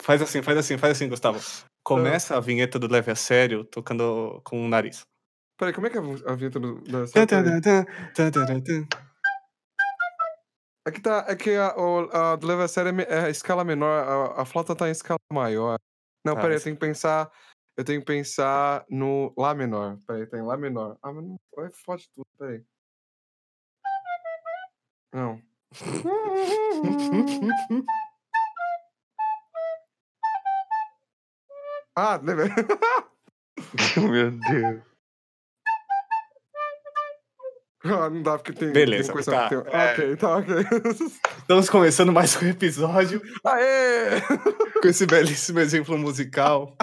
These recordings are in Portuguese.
Faz assim, faz assim, faz assim, Gustavo. Começa a vinheta do Leve a Sério tocando com o nariz. Peraí, como é que é a vinheta do- da Tan, série? tan, Peraí. tan, tan, tan, tan, tan. É que, tá, é que a, o- a do Leve a Sério é me- é a escala menor, a, a flauta tá em escala maior. Não, Tá, peraí, eu mas- tenho que pensar. Eu tenho que pensar no Lá menor. Peraí, tem Lá menor. Ah, mas não. Vai, fode tudo, peraí. Não. Ah, leve... Meu Deus. ah, não dá porque tem. Beleza, tem coisa- tá, tem- é. Ok, tá, ok. Estamos começando mais um episódio Aê! com esse belíssimo exemplo musical.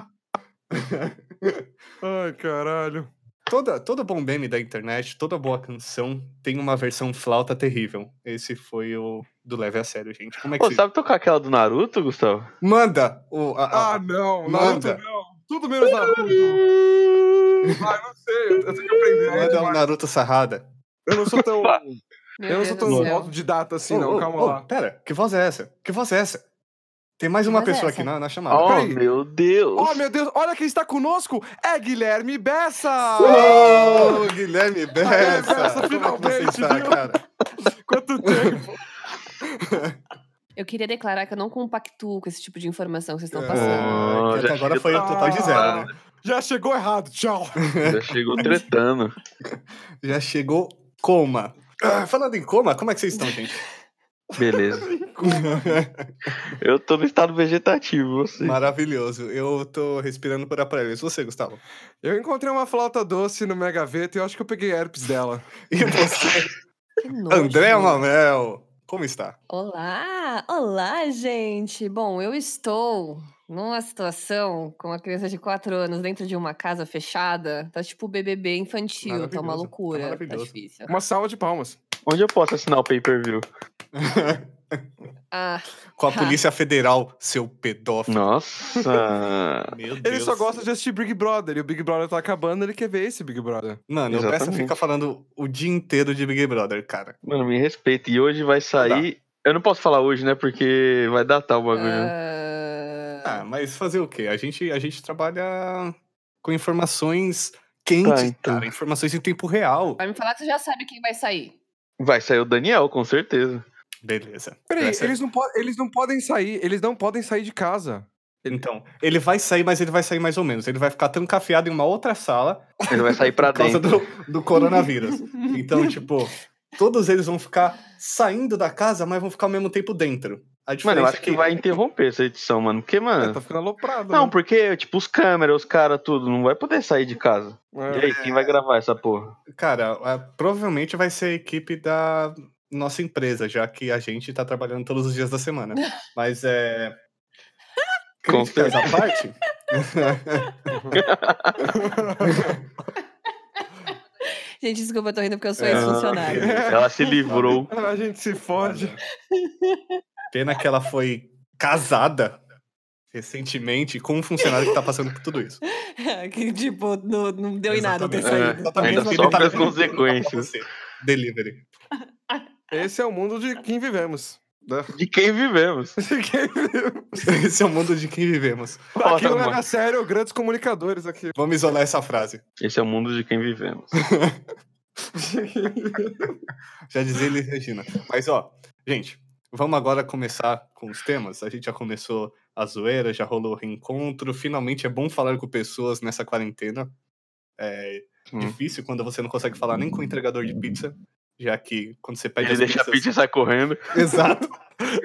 Ai, caralho. Toda, todo bom meme da internet, toda boa canção tem uma versão flauta terrível. Esse foi o do Leve a Sério, gente. Como é que Pô, se... sabe tocar aquela do Naruto, Gustavo? Manda o... a- a- Ah, não, Naruto manda. não. Tudo menos Naruto. Ah, eu não sei, eu eu tenho que aprender. né, manda o demais. Naruto Sarrada. Eu não sou tão, Meu eu não Deus sou do tão céu. autodidata assim, não, Ô, ô, calma ô, lá. Pera, que voz é essa? Que voz é essa? Tem mais uma voz é pessoa essa? aqui na, na chamada. Oh, Peraí. meu Deus. Oh, meu Deus, olha quem está conosco! É Guilherme Bessa! Ô, Guilherme Bessa! Como é Bessa, que finalmente, você está, viu? cara? Quanto tempo! Eu queria declarar que eu não compactuo com esse tipo de informação que vocês Então tá estão É, passando. Ah, que até já agora chegou- foi o total de zero, né? Já chegou errado, tchau! Já chegou tretando. Já chegou coma. Ah, Falando em coma, como é que vocês estão, gente? Beleza. Eu tô no estado vegetativo, você. Maravilhoso. Eu tô respirando por aparelhos. Você, Gustavo? Eu encontrei uma flauta doce no minha gaveta e eu acho que eu peguei herpes dela. E você, Que nojo. André Mamel? Como está? Olá, olá, gente. Bom, eu estou numa situação com uma criança de 4 anos dentro de uma casa fechada. Tá tipo BBB infantil, tá uma Maravilhoso, tá loucura, tá, maravilhoso. difícil. Uma salva de palmas. Onde eu posso assinar o pay-per-view? Ah, Com a Polícia Federal, seu pedófilo. Nossa. Meu Deus. Ele só gosta de assistir Big Brother e o Big Brother tá acabando, ele quer ver esse Big Brother. Mano, o Bessa Exatamente. fica falando o dia inteiro de Big Brother, cara. Mano, me respeita. E hoje vai sair. Eu não posso falar hoje, né? Porque vai datar o bagulho. É. ah, Ah, mas fazer o quê? A gente, a gente trabalha com informações quentes, Tá, então. cara. Informações em tempo real. vai me falar que você já sabe quem vai sair. Vai sair o Daniel, com certeza. Beleza. Peraí, Essa- é eles não, po- eles não podem sair, eles não podem sair de casa. Então, ele vai sair, mas ele vai sair mais ou menos. Ele vai ficar trancafiado em uma outra sala Ele vai sair pra por causa dentro. do, do coronavírus. Então, tipo, todos eles vão ficar saindo da casa, mas vão ficar ao mesmo tempo dentro. A diferença Mano, eu acho é que vai interromper essa edição, mano. Porque, É, mano. tá ficando aloprado. Não, porque, tipo, os câmeras, os caras, tudo, não vai poder sair de casa. né? E aí, quem vai gravar essa porra? Cara, a- provavelmente vai ser a equipe da nossa empresa, já que a gente tá trabalhando todos os dias da semana. Mas é. Com Críticas à parte? Gente, desculpa, eu tô rindo porque eu sou É, ex-funcionário. Ela se livrou. A gente se fode. Olha, Pena que ela foi casada recentemente com um funcionário que tá passando por tudo isso. que tipo, não, não deu em nada tá ter Exatamente. saído. Exatamente. Ainda Ele sofre tá as devendo consequências. pra você. Delivery. Esse é o mundo de quem vivemos. né? De quem vivemos. De quem vivemos. Esse é o mundo de quem vivemos. Aqui Nossa, não mano. era assim. sério, grandes comunicadores aqui. Vamos isolar essa frase. Esse é o mundo de quem vivemos. Já dizia Elis Regina. Mas, ó, gente, vamos agora começar com os temas. A gente já começou a zoeira, já rolou o reencontro. Finalmente é bom falar com pessoas nessa quarentena. É Hum. difícil quando você não consegue falar nem com o entregador de pizza, já que quando você pede Ele as deixa a pizzas- pizza e sai correndo. Exato.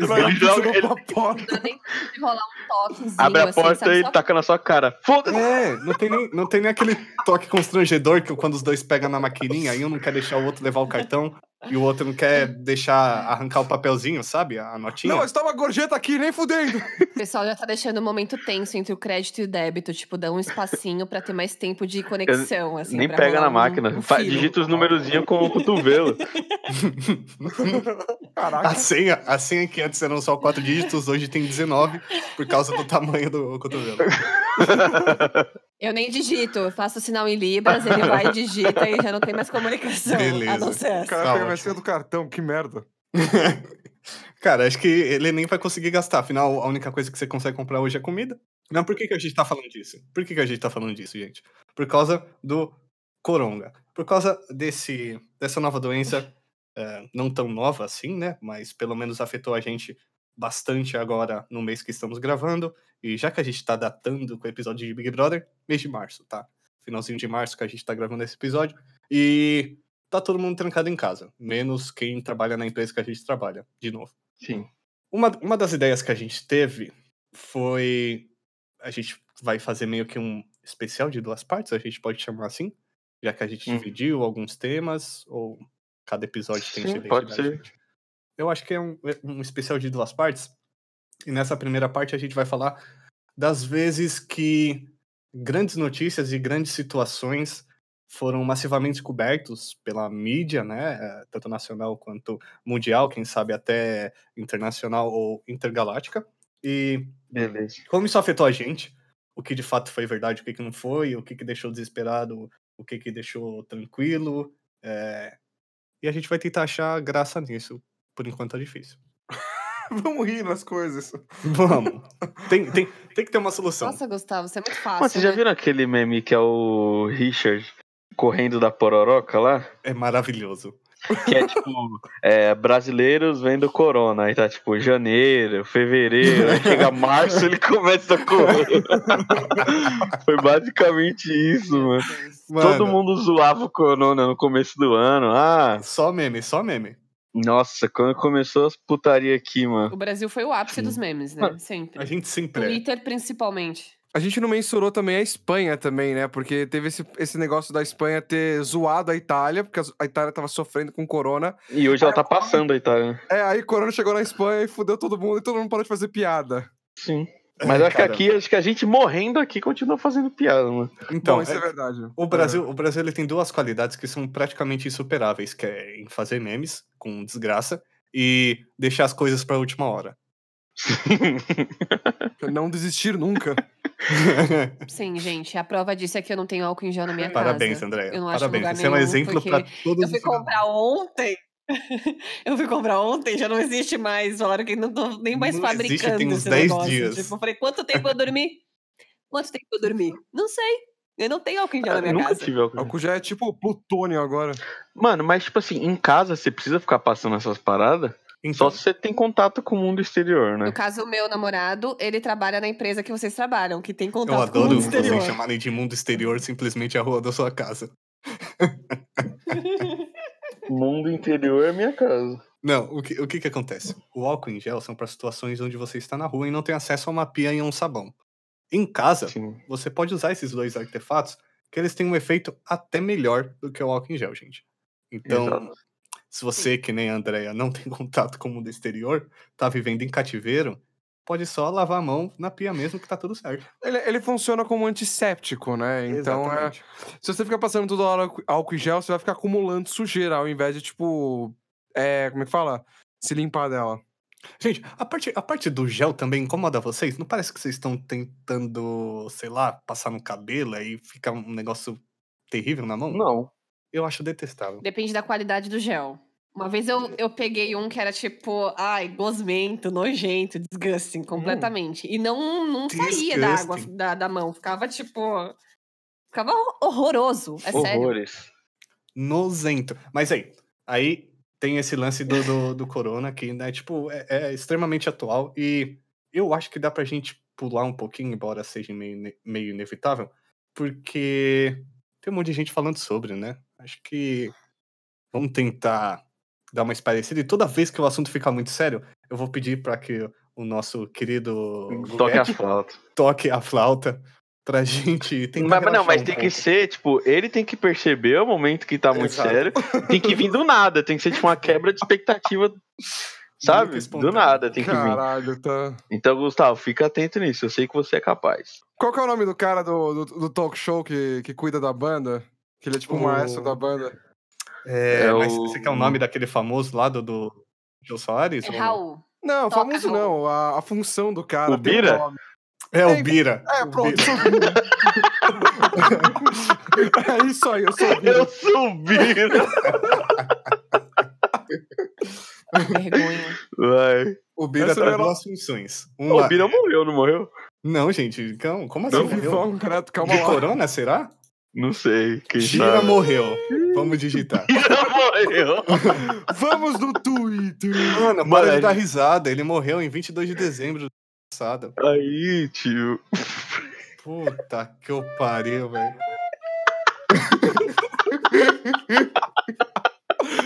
Vai joga- joga ele- pra porta. Dá nem tempo de rolar um toquezinho. Abre a assim, porta sabe? e Só- taca na sua cara. Foda-se! É, não tem, nem, não tem nem aquele toque constrangedor que quando os dois pegam na maquininha e um não quer deixar o outro levar o cartão e o outro não quer deixar arrancar o papelzinho, sabe? A notinha. Não, mas tá uma gorjeta aqui, nem fudendo. O pessoal já tá deixando o momento tenso entre o crédito e o débito. Tipo, dá um espacinho pra ter mais tempo de conexão. Assim, Nem pra pega rolar na um- máquina. um Fa- filo. digita os numerozinhos com o cotovelo. A Caraca. senha, a senha que antes eram só quatro dígitos, hoje tem 19 por causa do tamanho do cotovelo. Eu nem digito, eu faço sinal em Libras, ele vai e digita e já não tem mais comunicação. A Beleza. não ser O essa. cara Tá pega mais ótimo. cedo do cartão, que merda. Cara, acho que ele nem vai conseguir gastar. Afinal, a única coisa que você consegue comprar hoje é comida. Não, por que, que a gente tá falando disso? Por que, que a gente tá falando disso, gente? Por causa do coronga. Por causa desse, dessa nova doença, eh, não tão nova assim, né? Mas pelo menos afetou a gente bastante agora no mês que estamos gravando. E já que a gente tá datando com o episódio de Big Brother, mês de março, tá? Finalzinho de março que a gente tá gravando esse episódio. E tá todo mundo trancado em casa, menos quem trabalha na empresa que a gente trabalha, de novo. Sim. Uma, uma das ideias que a gente teve foi. A gente vai fazer meio que um especial de duas partes, a gente pode chamar assim, já que a gente Uhum. dividiu alguns temas, ou cada episódio tem Sim, seu jeito pode da ser. gente. Eu acho que é um, é um especial de duas partes, e nessa primeira parte a gente vai falar das vezes que grandes notícias e grandes situações foram massivamente cobertos pela mídia, né, eh, tanto nacional quanto mundial, quem sabe até internacional ou intergaláctica. E Beleza. como isso afetou a gente, o que de fato foi verdade, o que, que não foi, o que, que deixou desesperado, o que, que deixou tranquilo. eh, E a gente vai tentar achar graça nisso. Por enquanto tá difícil. Vamos rir nas coisas. Vamos! tem, tem, tem que ter uma solução. Nossa, Gustavo, você é muito Mano, fácil. vocês já né? viram aquele meme que é o Richard correndo da pororoca lá? É maravilhoso. Que é tipo, é, brasileiros vendo corona. Aí tá tipo, janeiro, fevereiro, aí chega março ele começa a correr. Foi basicamente isso, mano. Mano, Todo mundo zoava o corona no começo do ano. Ah, Só meme, só meme. nossa, quando começou as putaria aqui, mano. O Brasil foi o ápice Sim. dos memes, né? Sempre. A gente sempre é. Twitter, principalmente. A gente não mensurou também a Espanha também, né? Porque teve esse, esse negócio da Espanha ter zoado a Itália, porque as- a Itália tava sofrendo com corona. E hoje ela tá passando a Itália. É, aí corona chegou na Espanha e fudeu todo mundo e todo mundo parou de fazer piada. Sim. Mas acho que É, Cara, aqui, acho que a gente morrendo aqui continua fazendo piada, mano. Então, Bom, isso é, é- verdade. O Brasil, o Brasil ele tem duas qualidades que são praticamente insuperáveis, que é em fazer memes com desgraça e deixar as coisas pra última hora. É, Não desistir nunca. Sim, gente. A prova disso é que eu não tenho álcool em gel na minha Parabéns, casa. André. Eu não acho Parabéns. lugar Você é um nenhum, exemplo porque pra todos Eu fui os cidadãos. comprar ontem. Eu fui comprar ontem, já não existe mais. Falaram que não tô nem mais Não existe, fabricando. tem uns esse 10 negócio. dias. Tipo, eu falei, quanto tempo eu dormi? Quanto tempo eu dormi? Não sei. Eu não tenho álcool em gel Ah, na minha Nunca casa. tive álcool. Álcool já é tipo plutônio agora. Mano, mas tipo assim, em casa você precisa ficar passando essas paradas? Só Então, se você tem contato com o mundo exterior, né? No caso, o meu namorado, ele trabalha na empresa que vocês trabalham, que tem então, eu contato com o adoro mundo vocês exterior. chamarem de mundo exterior simplesmente a rua da sua casa. Mundo interior é minha casa. Não, o que, o que que acontece? O álcool em gel são pra situações onde você está na rua e não tem acesso a uma pia e a um sabão. Em casa, Sim. você pode usar esses dois artefatos que eles têm um efeito até melhor do que o álcool em gel, gente. Então, Exato. se você, que nem a Andrea, não tem contato com o mundo exterior, tá vivendo em cativeiro, pode só lavar a mão na pia mesmo que tá tudo certo. Ele, ele funciona como antisséptico, né? Então, é, se você ficar passando toda hora álcool- álcool em gel, você vai ficar acumulando sujeira, ao invés de, tipo. É, como é que fala? Se limpar dela. Gente, a parte, a parte do gel também incomoda vocês? Não parece que vocês estão tentando, sei lá, passar no cabelo aí fica um negócio terrível na mão? Não. Eu acho detestável. Depende da qualidade do gel. Uma vez eu, eu peguei um que era tipo, ai, gosmento, nojento, disgusting, completamente. E não, não saía da água, Disgusting. da, da mão. Ficava tipo. Ficava hor- horroroso, é sério. Horrores. Nozento. Mas aí, aí tem esse lance do, do, do corona que, né, tipo, é, é extremamente atual e eu acho que dá pra gente pular um pouquinho, embora seja meio, ine- meio inevitável, porque tem um monte de gente falando sobre, né? Acho que vamos tentar dar uma esparecida e toda vez que o assunto ficar muito sério, eu vou pedir pra que o nosso querido Toque Gubeck asfalto. toque a flauta pra gente tentar Mas, mas não, relaxar mas um tem que pouco. ser, tipo, ele tem que perceber o momento que tá muito Exato. sério. Tem que vir do nada. Tem que ser, tipo, uma quebra de expectativa. Sabe? Do espontâneo. nada tem que vir. Caralho, tá. Então, Gustavo, fica atento nisso. Eu sei que você é capaz. Qual que é o nome do cara do, do, do talk show que, que cuida da banda? Que ele é tipo o maestro O- da banda. É, É mas o- você quer o nome daquele famoso lá do, do Jô Soares? É ou não? Raul. Não, Toca famoso no- não. A, a função do cara. O tem um Bira? nome. É É, o Bira. É, o pronto. Bira. sou Bira. é um isso aí, eu sou o Bira. Eu subi! É Vergonha. Vai. O Bira Essa é traz era- duas funções. Ô, Uma... O Bira morreu, não morreu? Não, gente, calma, como assim? Não, morreu? foco, Renato, um calma De lá. corona, será? Não sei. Quem Gira sabe? morreu. Vamos digitar. Bira morreu. Vamos no Twitter. Mano, Mano, para de ele- dar risada. Ele morreu em 22 de dezembro do ano passado. Aí, tio. Puta que eu pariu, velho.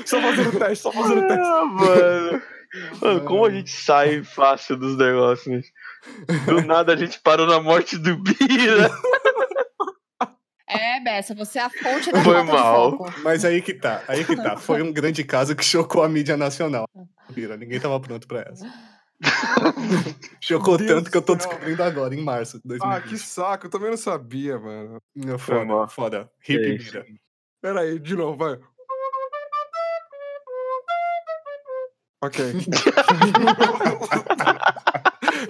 Só fazendo teste, só fazendo teste. Ah, mano. Mano, como a gente sai fácil dos negócios, né? Do nada a gente parou na morte do Bira. É, Bessa, você é a fonte da Foi falta de mal. foco. Mas aí que tá, aí que tá. Foi um grande caso que chocou a mídia nacional. Bira, ninguém tava pronto pra essa. Chocou Deus tanto que eu tô do céu. descobrindo agora, em março de Ah, que 2020. saco, eu também não sabia, mano. Meu, Foi foda, mal. foda. É Hip isso. Bira. Pera aí, de novo, vai. Ok.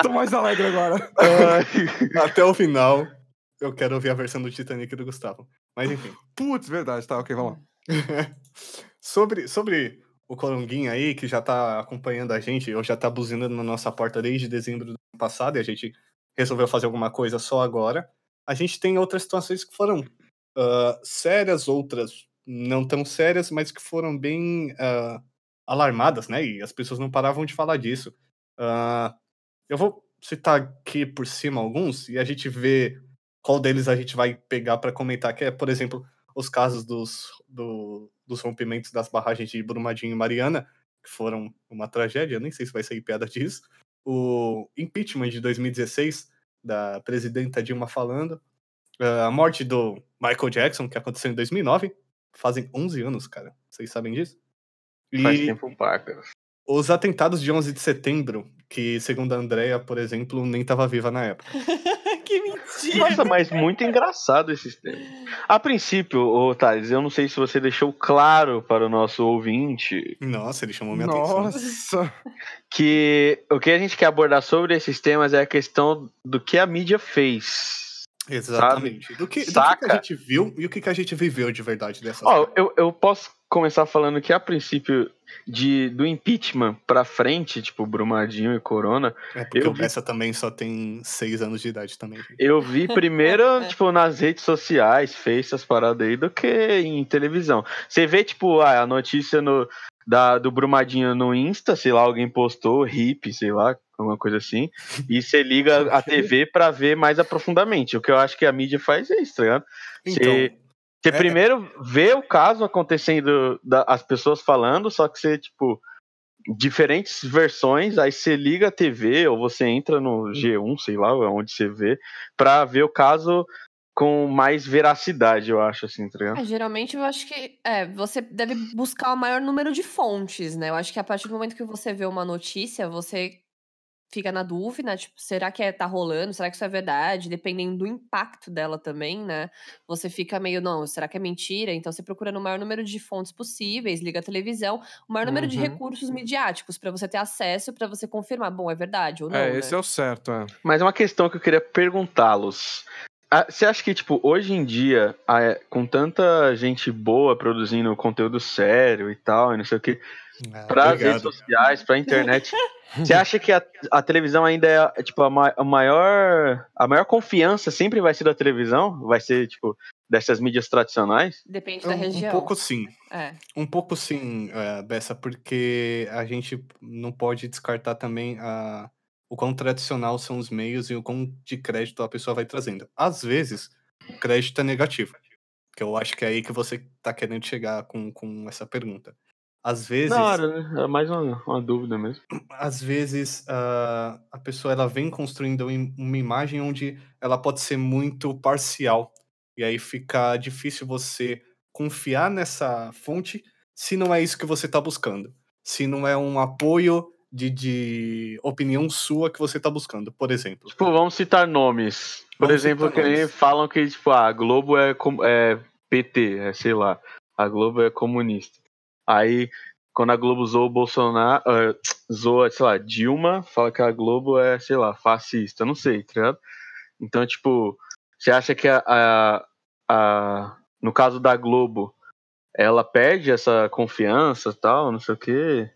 Tô mais alegre agora. Ai. Até o final, eu quero ouvir a versão do Titanic do Gustavo. Mas enfim. Putz, verdade, tá, ok, vamos lá. sobre, sobre o Coronguinho aí, que já tá acompanhando a gente, ou já tá buzinando na nossa porta desde dezembro do ano passado, e a gente resolveu fazer alguma coisa só agora. A gente tem outras situações que foram ah, sérias, outras não tão sérias, mas que foram bem ah, alarmadas, né? E as pessoas não paravam de falar disso. Ah, eu vou citar aqui por cima alguns e a gente vê qual deles a gente vai pegar para comentar, que é, por exemplo, os casos dos, do- dos rompimentos das barragens de Brumadinho e Mariana, que foram uma tragédia, nem sei se vai sair piada disso. O impeachment de 2016, da presidenta Dilma falando. eh, A morte do Michael Jackson, que aconteceu em 2009. Fazem 11 anos, cara. Vocês sabem disso? E Faz tempo um pá, cara. os atentados de 11 de setembro, que, segundo a Andrea, por exemplo, nem estava viva na época. que mentira. Nossa, mas muito engraçado esse tema. A princípio, ô Thales, eu não sei se você deixou claro para o nosso ouvinte Nossa, ele chamou minha atenção. Nossa. que o que a gente quer abordar sobre esses temas é a questão do que a mídia fez. Exatamente. Do que, do que que Saca? a gente viu e o que, que a gente viveu de verdade dessa Ó, eu, eu posso começar falando que a princípio de, do impeachment pra frente, tipo Brumadinho e Corona, É porque Eu o vi- Bessa também só tem 6 anos de idade também. gente. eu vi primeiro, tipo, nas redes sociais, fez essas paradas aí, do que em televisão. Você vê, tipo, ah, a notícia no, da, do Brumadinho no Insta, sei lá, alguém postou, hip, sei lá, alguma coisa assim, e você liga a TV pra ver mais aprofundamente. O que eu acho que a mídia faz é isso, tá ligado? Então, Cê- Você É. primeiro vê o caso acontecendo, da- as pessoas falando, só que você, tipo, diferentes versões, aí você liga a TV ou você entra Hum. no G1, sei lá, é onde você vê, pra ver o caso com mais veracidade, eu acho, assim, tá ligado? É, geralmente eu acho que é, você deve buscar o maior número de fontes, né? Eu acho que a partir do momento que você vê uma notícia, você fica na dúvida, tipo, será que é, tá rolando? Será que isso é verdade? Dependendo do impacto dela também, né? Você fica meio, não, será que é mentira? Então você procura no maior número de fontes possíveis, liga a televisão, o maior número de Uhum. recursos midiáticos pra você ter acesso, pra você confirmar, bom, é verdade ou não. É, né? esse é o certo, é. Mas uma questão que eu queria perguntá-los. Ah, Você acha que, tipo, hoje em dia, ah, é, com tanta gente boa produzindo conteúdo sério e tal, e não sei o que, ah, para as redes obrigado. sociais, para a internet. Você acha que a, a televisão ainda é tipo a, ma- a maior a maior confiança sempre vai ser da televisão? Vai ser tipo dessas mídias tradicionais? Depende da Um, um região. pouco sim. É. Um pouco sim, eh, Bessa, porque a gente não pode descartar também a, o quão tradicional são os meios e o quão de crédito a pessoa vai trazendo. Às vezes, o crédito é negativo. Que eu acho que é aí que você tá querendo chegar com, com essa pergunta. Às vezes. Não, era, né? era mais uma, uma dúvida mesmo. às vezes ah, a pessoa ela vem construindo um im- uma imagem onde ela pode ser muito parcial e aí fica difícil você confiar nessa fonte se não é isso que você está buscando, se não é um apoio de, de opinião sua que você está buscando, por exemplo. Tipo, vamos citar nomes. Por Vamos exemplo, que citar nem nomes. falam que tipo ah, a Globo é, com- é PT, é, sei lá, a Globo é comunista. Aí quando a Globo zoou o Bolsonaro, eh, zoa, sei lá, Dilma, fala que a Globo é, sei lá, fascista, não sei, tá ligado? Então, tipo, você acha que a, a- a- no caso da Globo, ela perde essa confiança e tal, não sei o quê?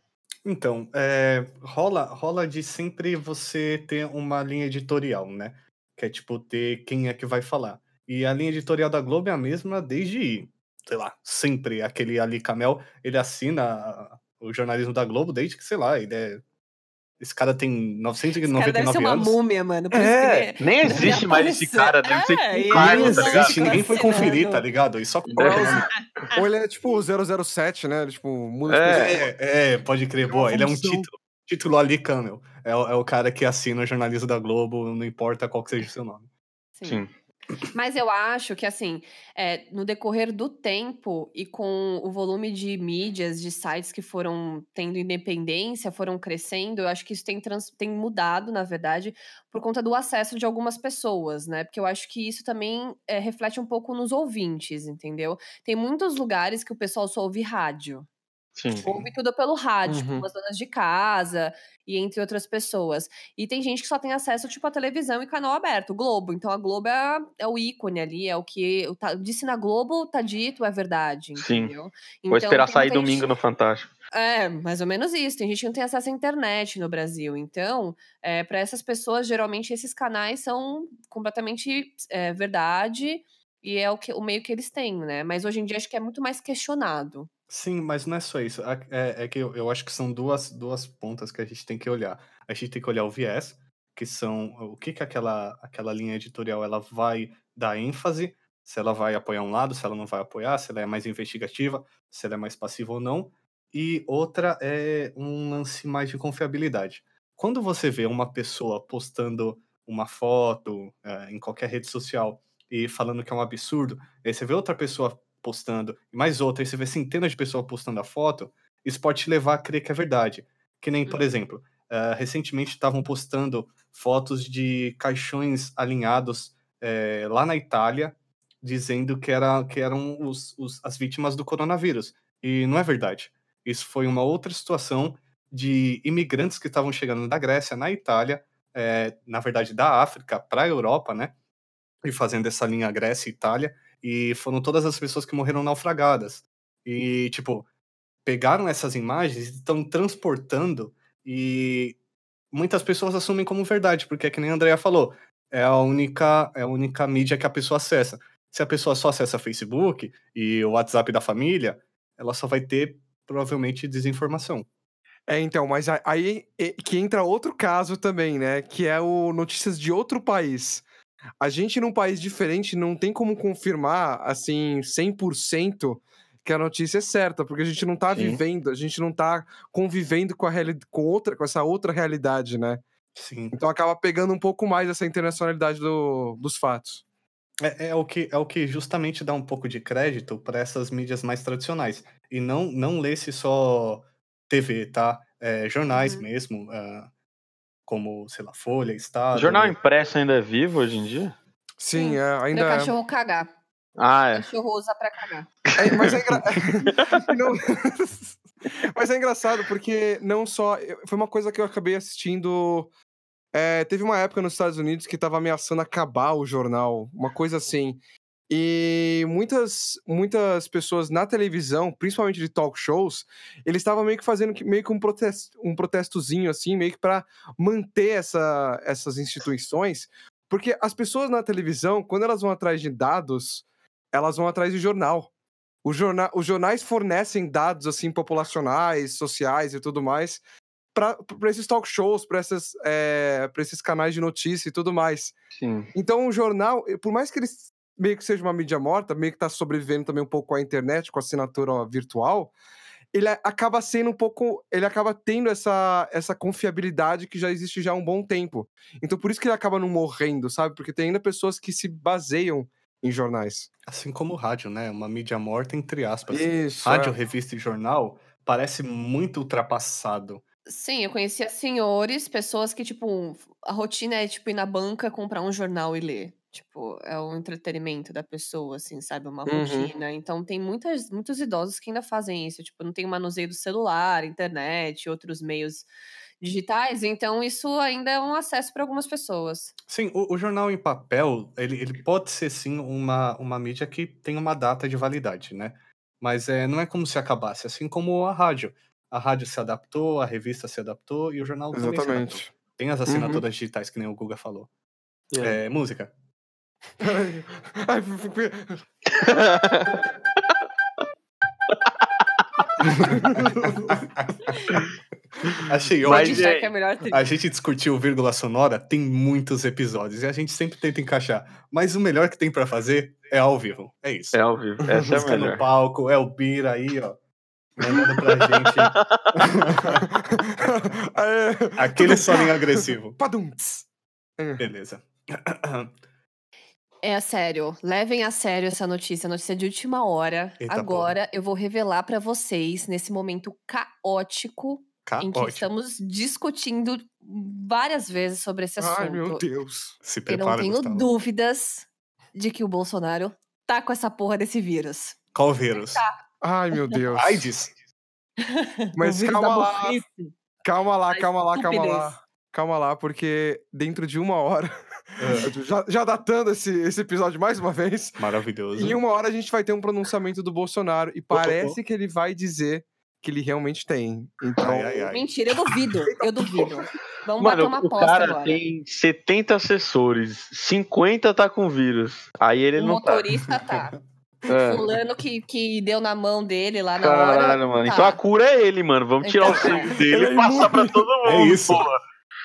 Então, é, rola, rola de sempre você ter uma linha editorial, né? Que é tipo ter quem é que vai falar. E a linha editorial da Globo é a mesma desde, sei lá, sempre. Aquele Ali Camel, ele assina o jornalismo da Globo desde que, sei lá, ele é. Esse cara tem Esse 999 cara deve ser uma anos. múmia, mano. por isso É, que ele Nem existe mais esse cara, deve ser É, tipo ele um cargo, Não tá não ligado? existe, ninguém foi Assinando. conferir, tá ligado? E só Ou, coloca o nome. ou ele é tipo o 007, né? Ele, tipo, muda É. as coisas. É, é, pode crer, uma boa. Ele é um função. título. Título Ali Camel. É, o- é o cara que assina o jornalismo da Globo, não importa qual que seja o seu nome. Sim. Sim. Mas eu acho que, assim, é, no decorrer do tempo e com o volume de mídias, de sites que foram tendo independência, foram crescendo, eu acho que isso tem, trans- tem mudado, na verdade, por conta do acesso de algumas pessoas, né? Porque eu acho que isso também é, reflete um pouco nos ouvintes, entendeu? Tem muitos lugares que o pessoal só ouve rádio Sim. ouve tudo pelo rádio, tipo, Uhum. umas donas de casa e entre outras pessoas. E tem gente que só tem acesso, tipo, à televisão e canal aberto, Globo. Então a Globo é, é o ícone ali, é o que o tá- disse na Globo, tá dito, é verdade, Sim. entendeu? Então, Vou esperar tem sair muita gente- domingo no Fantástico. É, mais ou menos isso. Tem gente que não tem acesso à internet no Brasil. Então, é, para essas pessoas, geralmente esses canais são completamente é, verdade e é o, que, o meio que eles têm, né? Mas hoje em dia acho que é muito mais questionado. Sim, mas não é só isso. A- É, é que eu, eu acho que são duas, duas pontas que a gente tem que olhar. A gente tem que olhar o viés, que são o que, que aquela, aquela linha editorial ela vai dar ênfase, se ela vai apoiar um lado, se ela não vai apoiar, se ela é mais investigativa, se ela é mais passiva ou não. E outra é um lance mais de confiabilidade. Quando você vê uma pessoa postando uma foto eh, em qualquer rede social e falando que é um absurdo, aí você vê outra pessoa postando, e mais outra, aí você vê centenas de pessoas postando a foto, isso pode te levar a crer que é verdade. Que nem, por Uhum. exemplo, ah, recentemente estavam postando fotos de caixões alinhados eh, lá na Itália, dizendo que, era, que eram os, os- as vítimas do coronavírus. E não é verdade. Isso foi uma outra situação de imigrantes que estavam chegando da Grécia, na Itália, eh, na verdade da África para a Europa, né? E fazendo essa linha Grécia e Itália e foram todas as pessoas que morreram naufragadas. E, tipo, pegaram essas imagens e estão transportando e muitas pessoas assumem como verdade, porque é que nem a Andrea falou, é a única, é a única mídia que a pessoa acessa. Se a pessoa só acessa Facebook e o WhatsApp da família, ela só vai ter provavelmente desinformação. É, então, mas a- aí é que entra outro caso também, né? Que é o notícias de outro país. A gente, num país diferente, não tem como confirmar, assim, 100% que a notícia é certa, porque a gente não tá Sim. vivendo, a gente não tá convivendo com, a reali- com, outra, com essa outra realidade, né? Sim. Então acaba pegando um pouco mais essa internacionalidade do- dos fatos. É, é o que, é o que justamente dá um pouco de crédito para essas mídias mais tradicionais. E não, não lê-se só TV, tá? É, jornais Uhum. mesmo, ah, como, sei lá, Folha, Ah, Estado. jornal impresso ainda é vivo hoje em dia? Sim, Sim, é, ainda. Pra é. cachorro cagar. Ah, é. Cachorro usa pra cagar. É, mas é engra- Não- Mas é engraçado porque não só. eu- Foi uma coisa que eu acabei assistindo. é, teve uma época nos Estados Unidos que tava ameaçando acabar o jornal, uma coisa assim. E muitas, muitas pessoas na televisão, principalmente de talk shows, eles estavam meio que fazendo que- meio que um, protesto, um protestozinho, assim, meio que para manter essa, essas instituições. Porque as pessoas na televisão, quando elas vão atrás de dados, elas vão atrás de jornal. O jorna- os jornais fornecem dados assim populacionais, sociais e tudo mais para esses talk shows, para esses canais de notícia e tudo mais. Sim. Então, o jornal, eh, por mais que ele s- meio que seja uma mídia morta, meio que está sobrevivendo também um pouco à internet, com a assinatura virtual, ele a- acaba sendo um pouco. Ele acaba tendo essa, essa confiabilidade que já existe já há um bom tempo. Então, por isso que ele acaba não morrendo, sabe? Porque tem ainda pessoas que se baseiam em jornais. Assim como o rádio, né? Uma mídia morta, entre aspas. Isso. é. Rádio, revista e jornal parece muito ultrapassado. Sim, eu conhecia senhores, pessoas que, tipo, a rotina é, tipo, ir na banca, comprar um jornal e ler. Tipo, é o entretenimento da pessoa, assim, sabe? Uma Uhum. rotina. Então, tem muitas, muitos idosos que ainda fazem isso. Tipo, não tem o manuseio do celular, internet, outros meios digitais. Então, isso ainda é um acesso para algumas pessoas. Sim, o, o jornal em papel, ele, ele pode ser sim uma, uma mídia eh, que tem uma data de validade, né? Mas é, não é como se acabasse, assim como a rádio. a rádio se adaptou, a revista se adaptou e o jornal também se adaptou. Exatamente. Tem as assinaturas digitais, que nem o Guga falou. É, música. Ai, f- f- Achei Mas, ótimo. Pode achar gente, que é a melhor trilha. A gente discutiu vírgula sonora, tem muitos episódios e a gente sempre tenta encaixar. Mas o melhor que tem pra fazer é ao vivo. É isso. É ao vivo. Essa é a Música no melhor. palco, é o Bira aí, ó. Mandando pra gente Aê. aquele soninho agressivo. Padum, tss. Beleza. É sério, levem a sério essa notícia, notícia de última hora. Eita, Agora eu vou revelar pra vocês nesse momento caótico Cá, em que Tá ótimo. estamos discutindo várias vezes sobre esse assunto. Ai, meu Deus. Se E não prepara, tenho Gustavo. dúvidas de que o Bolsonaro tá com essa porra desse vírus. Qual vírus? Tá. Ai, meu Deus. AIDS? Mas o vírus calma da lá, Ah, burrice. calma lá, da calma tá, lá, calma estupidez. lá. Calma lá, porque dentro de uma hora, já, já datando esse, esse episódio mais uma vez, Maravilhoso. em uma hora a gente vai ter um pronunciamento do Bolsonaro e parece que ele vai dizer que ele realmente tem. Então, Ai, ai, ai. Mentira, eu duvido, eu duvido. Vamos bater Mano, uma o aposta cara agora. tem 70 assessores, 50 tá com vírus. Aí ele o não tá. Um motorista tá. É. Fulano que, que deu na mão dele lá na hora. Caralho, mano. Então tá. a cura é ele, mano. Vamos tirar o Então, sangue é. dele Ele é e passar pra todo mundo. É isso. porra.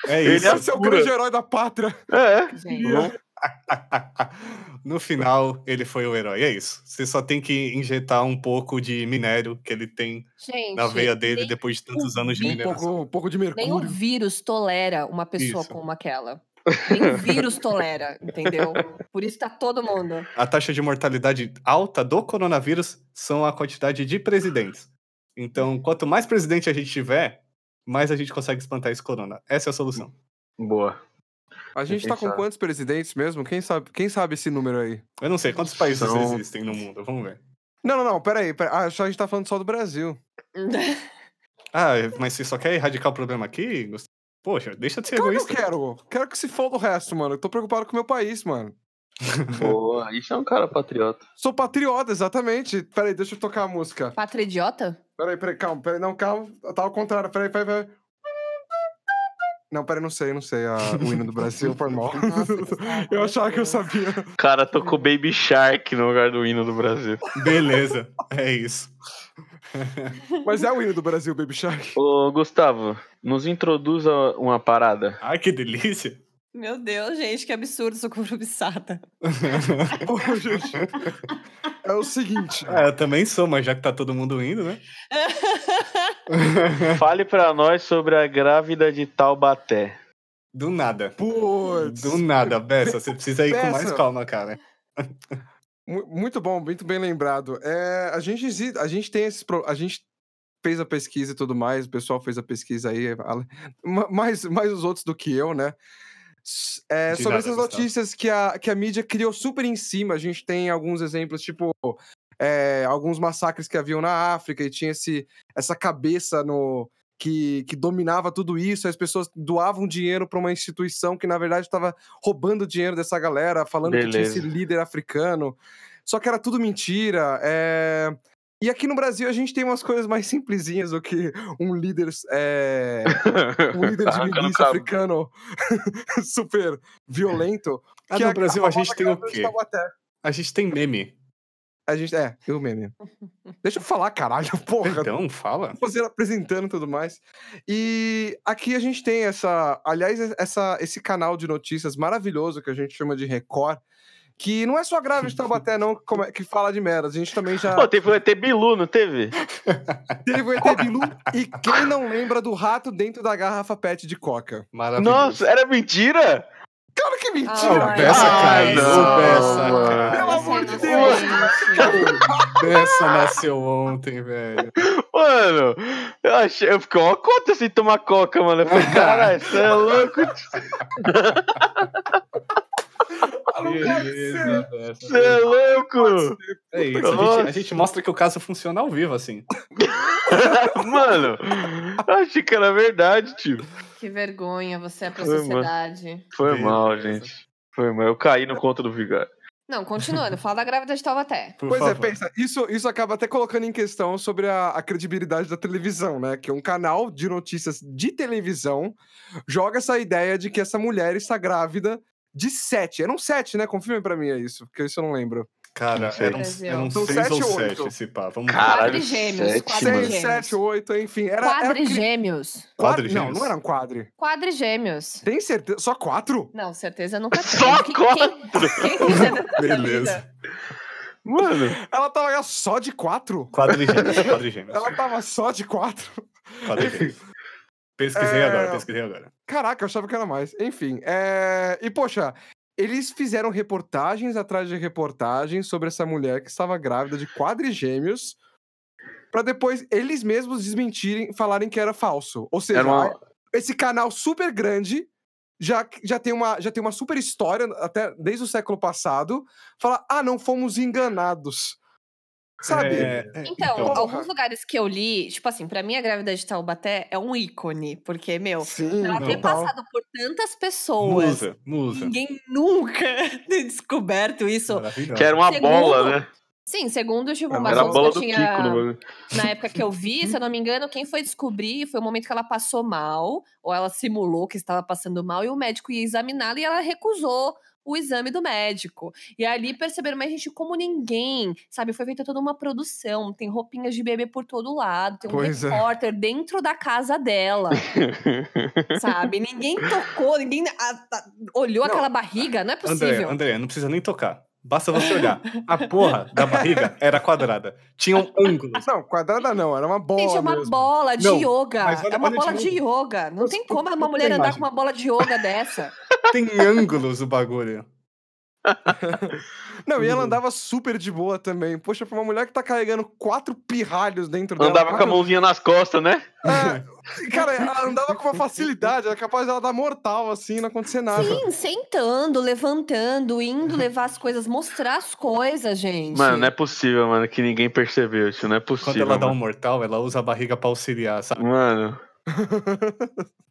É Ele isso. é- esse é o Pura. grande herói da pátria. É. Gente. No final, ele foi o herói. É isso. Você só tem que injetar um pouco de minério que ele tem Gente, na veia dele nem- depois de tantos anos de nem Um mineração. pouco, um pouco de Nem o mercúrio. vírus tolera uma pessoa Isso. como aquela. Nem o vírus tolera, entendeu? Por isso tá todo mundo. A taxa de mortalidade alta do coronavírus são a quantidade de presidentes. Então, quanto mais presidente a gente tiver, mais a gente consegue espantar esse corona. Essa é a solução. Boa. A gente tá com Pensar. quantos presidentes mesmo? Quem sabe, quem sabe esse número aí? Eu não sei Hum, quantos países São- existem no mundo. Vamos ver. Não, não, não, peraí. peraí. Ah, só a gente tá falando só do Brasil. Ah, mas você só quer erradicar o problema aqui? Gust- Poxa, deixa de ser Claro que eu egoísta. quero. Quero que se foda o resto, mano. Eu tô preocupado com o meu país, mano. Boa. Isso é um cara patriota. Sou patriota, exatamente. Peraí, deixa eu tocar a música. Pátria idiota? Peraí, peraí, calma, peraí, não, calma. Tá ao contrário, peraí, peraí, peraí. Não, peraí, não sei, não sei a, o hino do Brasil, foi mal. Nossa, Gustavo, eu meu achava que eu Deus. sabia. O cara tocou Baby Shark no lugar do hino do Brasil. Beleza, é isso. Mas é o hino do Brasil, Baby Shark. Ô, Gustavo, nos introduza uma parada. Ai, que delícia. Meu Deus, gente, que absurdo, sou corrupçada. Pô, gente. É o seguinte. Ah, eu também sou, mas já que tá todo mundo indo, né? Fale pra nós sobre a grávida de Taubaté. Do nada. Putz. Do nada, Bessa. Você precisa ir com mais Bessa. calma, cara. Mu- Muito bom, muito bem lembrado. É, a, gente, exi- a gente tem esses pro- A gente fez a pesquisa e tudo mais, o pessoal fez a pesquisa aí, ale- ma- mais, mais os outros do que eu, né? S- é, De sobre nada, essas Gustavo. notícias que a, que a mídia criou super em cima, a gente tem alguns exemplos, tipo, é, alguns massacres que haviam na África e tinha esse, essa cabeça no. Que, que dominava tudo isso, as pessoas doavam dinheiro para uma instituição que, na verdade, estava roubando dinheiro dessa galera, falando que tinha esse Beleza. líder africano. Só que era tudo mentira. é. E aqui no Brasil a gente tem umas coisas mais simplesinhas do que um líder. é, um líder de Arrancando milícia cabo. africano super violento. Ah, que no é Brasil a gente famosa tem o grávida de quê? Taubaté. A gente tem meme. A gente, é, eu meme. Deixa eu falar, caralho, porra. Perdão, Então, fala. Você apresentando e tudo mais. E aqui a gente tem essa. Aliás, essa, esse canal de notícias maravilhoso que a gente chama de Record. Que não é só grave de Taubaté, não, que come- que fala de merda. A gente também já. Pô, teve o ET Bilu, não teve? Teve o ET Bilu e quem não lembra do rato dentro da garrafa pet de coca? Maravilhoso. Nossa, era mentira? Cara, que é mentira! Ah, o Ai, Bessa ai, caiu. não, mano. Bessa, Pelo caiu. amor de Nossa, Deus. gente. Bessa nasceu ontem, velho. Mano, eu, achei, eu fiquei uma cota sem tomar coca, mano. Eu falei, caralho, você é louco, Beleza, Bessa. você é louco. É isso. A gente, a gente mostra que o caso funciona ao vivo, assim. Mano, eu achei que era verdade, tio. Que vergonha, você é pra Foi, mano. sociedade. Foi Beleza. mal, gente. Foi mal. Eu caí no conto do Vigário. Não, continuando, fala da grávida de Taubaté. Por pois é, favor. pensa, isso, isso acaba até colocando em questão sobre a, a credibilidade da televisão, né? Que um canal de notícias de televisão joga essa ideia de que essa mulher está grávida de sete. Eram sete, né? Confirmem pra mim é isso, porque isso eu não lembro. Cara, Não sei. eram, Brasil. eram São seis sete ou ou sete oito? esse pá. Vamos Caralho, Quadrigêmeos, sete, mano. Seis, quadrigêmeos. sete, oito, enfim. Era, era cri- Quadrigêmeos. quadri- Não, Quadrigêmeos. não era um quadri. Quadrigêmeos. Tem certeza? Só quatro? Não, certeza nunca tem. Só Quem- quatro! Quem, quem quiser dessa Beleza. vida? Mano, Ela tava só de quatro? Quadrigêmeos, quadrigêmeos, Ela tava só de quatro? quadrigêmeos. Pesquisei É, agora, pesquisei agora. Caraca, eu achava que era mais. Enfim, é... e poxa, eles fizeram reportagens atrás de reportagens sobre essa mulher que estava grávida de quadrigêmeos, pra depois eles mesmos desmentirem, falarem que era falso. Ou seja, era uma, esse canal super grande já, já, tem uma, já tem uma super história, até desde o século passado, fala, ah, não fomos enganados. Sabe? É, é, Então, então. alguns lugares que eu li, tipo assim, pra mim a grávida de Taubaté é um ícone, porque, meu, Sim, ela ter total. passado por tantas pessoas, Musa, musa. ninguém nunca ter descoberto isso. Maravilhosa. que era uma Segundo, bola, né? Sim, segundo tipo, Era uma É. Era a sonda bola do tinha... Kiko no bagulho. na época que eu vi, se eu não me engano, quem foi descobrir foi o momento que ela passou mal, ou ela simulou que estava passando mal, e o médico ia examiná-la e ela recusou o exame do médico. E ali perceberam, mas gente, como ninguém, sabe? Foi feita toda uma produção, tem roupinhas de bebê por todo lado, tem um Pois é. repórter dentro da casa dela, sabe? Ninguém tocou, ninguém a- a- olhou Não. aquela barriga, não é André, possível. André, não precisa nem tocar. Basta você olhar. A porra da barriga era quadrada. um Tinham ângulos. Não, quadrada não, era uma bola Gente, é uma mesmo. bola de Não, yoga. mas olha- é uma olha de bola de, novo. yoga. Não Mas tem por- como por uma que mulher andar imagem? com uma bola de yoga dessa. Tem ângulos o bagulho. Não, e ela andava super de boa também. Poxa, pra uma mulher que tá carregando quatro pirralhos dentro dela. Andava com a mãozinha nas costas, né? É, cara, ela andava com uma facilidade, era capaz dela dar mortal assim, não acontecer nada. Sim, sentando, levantando, Uhum. indo levar as coisas, mostrar as coisas, gente. Mano, não é possível, mano, que ninguém percebeu isso. Não é Quando possível. ela dá um Mano. mortal, ela usa a barriga pra auxiliar, sabe? Mano,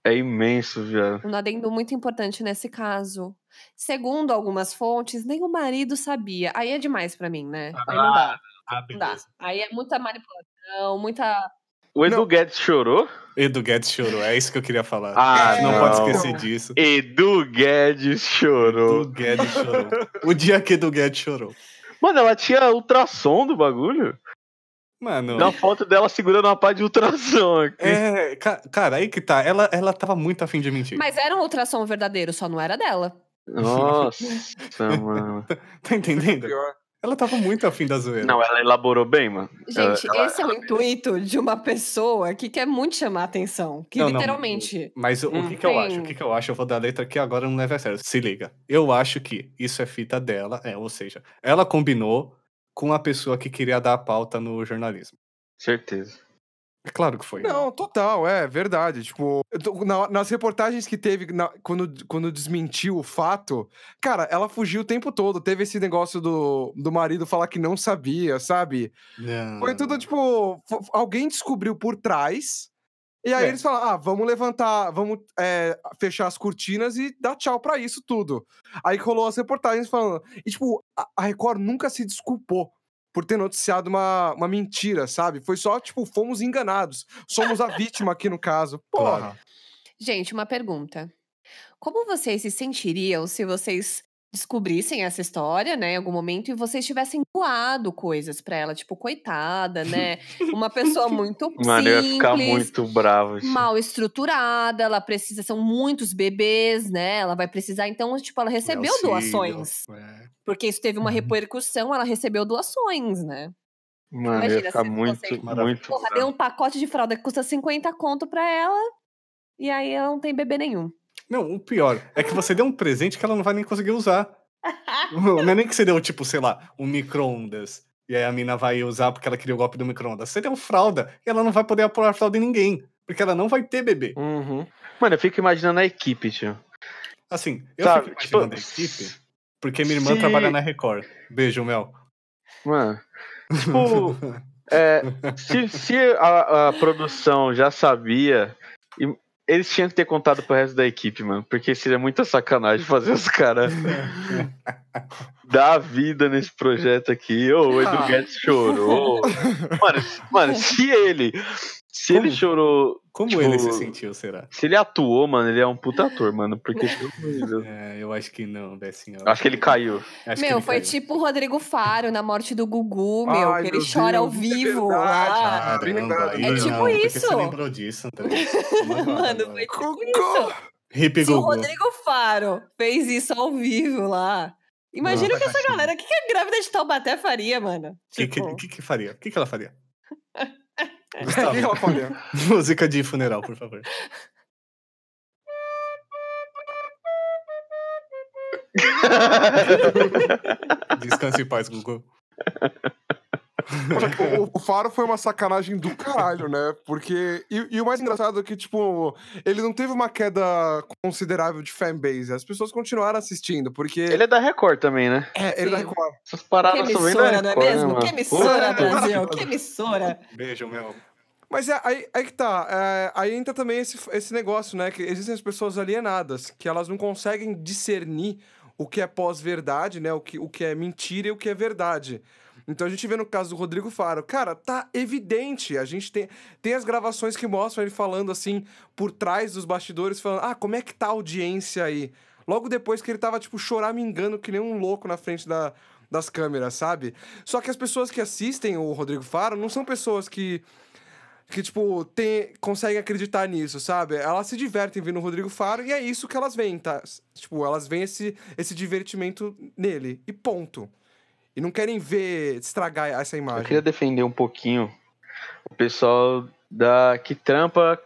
é imenso, viado. Um adendo muito importante nesse caso. Segundo algumas fontes, nem o marido sabia. Aí é demais pra mim, né? Aí não dá, Ah, não dá. Aí é muita manipulação, muita. O Edu Não. Guedes chorou? Edu Guedes chorou, é isso que eu queria falar. Ah, a gente não, não. pode esquecer disso. Edu Guedes chorou. Edu Guedes chorou. O dia que Edu Guedes chorou. Mano, ela tinha ultrassom do bagulho. Mano. Dá uma foto dela segurando uma pá de ultrassom aqui. É, ca- cara, aí que tá. Ela, ela tava muito afim de mentir. Mas era um ultrassom verdadeiro, só não era dela. Nossa, mano. Tá entendendo? Pior. Ela tava muito afim da zoeira. Não, ela elaborou bem, mano. Ela- Gente, esse é o intuito de uma pessoa que quer muito chamar atenção. Que Não, não. literalmente. Mas o, o que, que eu acho? O que, que eu acho? Eu vou dar a letra aqui agora, não leva a sério. Se liga. Eu acho que isso é fita dela, é, ou seja, ela combinou com a pessoa que queria dar a pauta no jornalismo. Certeza. É claro que foi. Não, total, é verdade. Tipo, eu tô- na- nas reportagens que teve, na- quando, quando desmentiu o fato, cara, ela fugiu o tempo todo. Teve esse negócio do, do marido falar que não sabia, sabe? Não. Foi tudo tipo. fo- Alguém descobriu por trás. E aí É. eles falam: ah, vamos levantar, vamos é, fechar as cortinas e dar tchau pra isso tudo. Aí rolou as reportagens falando. E tipo, a- a Record nunca se desculpou por ter noticiado uma, uma mentira, sabe? Foi só, tipo, fomos enganados. Somos a vítima aqui no caso. Porra. Claro. Gente, uma pergunta. Como vocês se sentiriam se vocês descobrissem essa história, né, em algum momento, e vocês tivessem doado coisas pra ela, tipo, coitada, né? Uma pessoa muito Mano, eu ia ficar simples, muito bravo. tio. mal estruturada, ela precisa, são muitos bebês, né? Ela vai precisar, então, tipo, ela recebeu Auxílio, doações. é. Porque isso teve Uhum. uma repercussão, ela recebeu doações, né? Mano, eu ia Imagina ficar se fosse muito, maravilhoso. muito Porra, bravo. deu um pacote de fralda que custa 50 conto pra ela, e aí ela não tem bebê nenhum. Não, o pior é que você deu um presente que ela não vai nem conseguir usar. não é nem que você deu, tipo, sei lá, um micro-ondas. E aí a mina vai usar porque ela queria o golpe do micro-ondas. Você deu fralda e ela não vai poder apurar fralda em ninguém. Porque ela não vai ter bebê. Uhum. Mano, eu fico imaginando a equipe, tio. Assim, eu Sabe? fico Tipo, imaginando a equipe, porque minha irmã se- trabalha na Record. Beijo, Mel. Mano. Tipo, é, se, se a, a produção já sabia, e Eles tinham que ter contado pro resto da equipe, mano. Porque seria muita sacanagem fazer os caras dar vida nesse projeto aqui. Ô, o Edu Ah. Guedes chorou. mano, se- mano, se ele. Se ele Como? chorou. Como Tipo- ele se sentiu, será? Se ele atuou, mano, ele é um puta ator, mano. Porque. pelo amor de Deus. É, eu acho que não, Bessinho. Acho que ele caiu. Acho que Meu, ele foi caiu. tipo o Rodrigo Faro na morte do Gugu, meu, Ai, que ele meu chora ao Deus, é vivo verdade. bem lá. Caramba, lembrado. aí É tipo não, por que isso. Você lembrou disso, André? Como agora, Mano, agora? foi tipo Cocô! isso. Hip Se o Google. Rodrigo Faro fez isso ao vivo lá, imagina o que essa galera, o que, que a grávida de Taubaté faria, mano? O que, que, Tipo, que que faria? O que, que ela faria? O que Gustavo, ela falou? música de funeral, por favor. Descanse em paz, Google. O- o, o Faro foi uma sacanagem do caralho, né? Porque. E, e o mais engraçado é que, tipo, ele não teve uma queda considerável de fanbase. As pessoas continuaram assistindo, porque. ele é da Record também, né? é, ele dá Sim. Record. Essas que paradas só vêm da emissora, não é Record, né, mesmo? mano? Que emissora, Porra. Brasil, que emissora. Beijo, meu. Mas é, aí, aí que tá. é, aí entra também esse, esse negócio, né? Que existem as pessoas alienadas, que elas não conseguem discernir o que é pós-verdade, né? O que, o que é mentira e o que é verdade. Então a gente vê no caso do Rodrigo Faro, cara, tá evidente. A gente tem, tem as gravações que mostram ele falando assim, por trás dos bastidores, falando: ah, como é que tá a audiência aí? Logo depois que ele tava, tipo, choramingando que nem um louco na frente da, das câmeras, sabe? Só que as pessoas que assistem o Rodrigo Faro não são pessoas que que, tipo, tem, conseguem acreditar nisso, sabe? Elas se divertem vendo o Rodrigo Faro e é isso que elas veem, tá? S- Tipo, elas veem esse, esse divertimento nele. E ponto. E não querem ver estragar essa Eu imagem. queria defender um pouquinho o pessoal da que trampa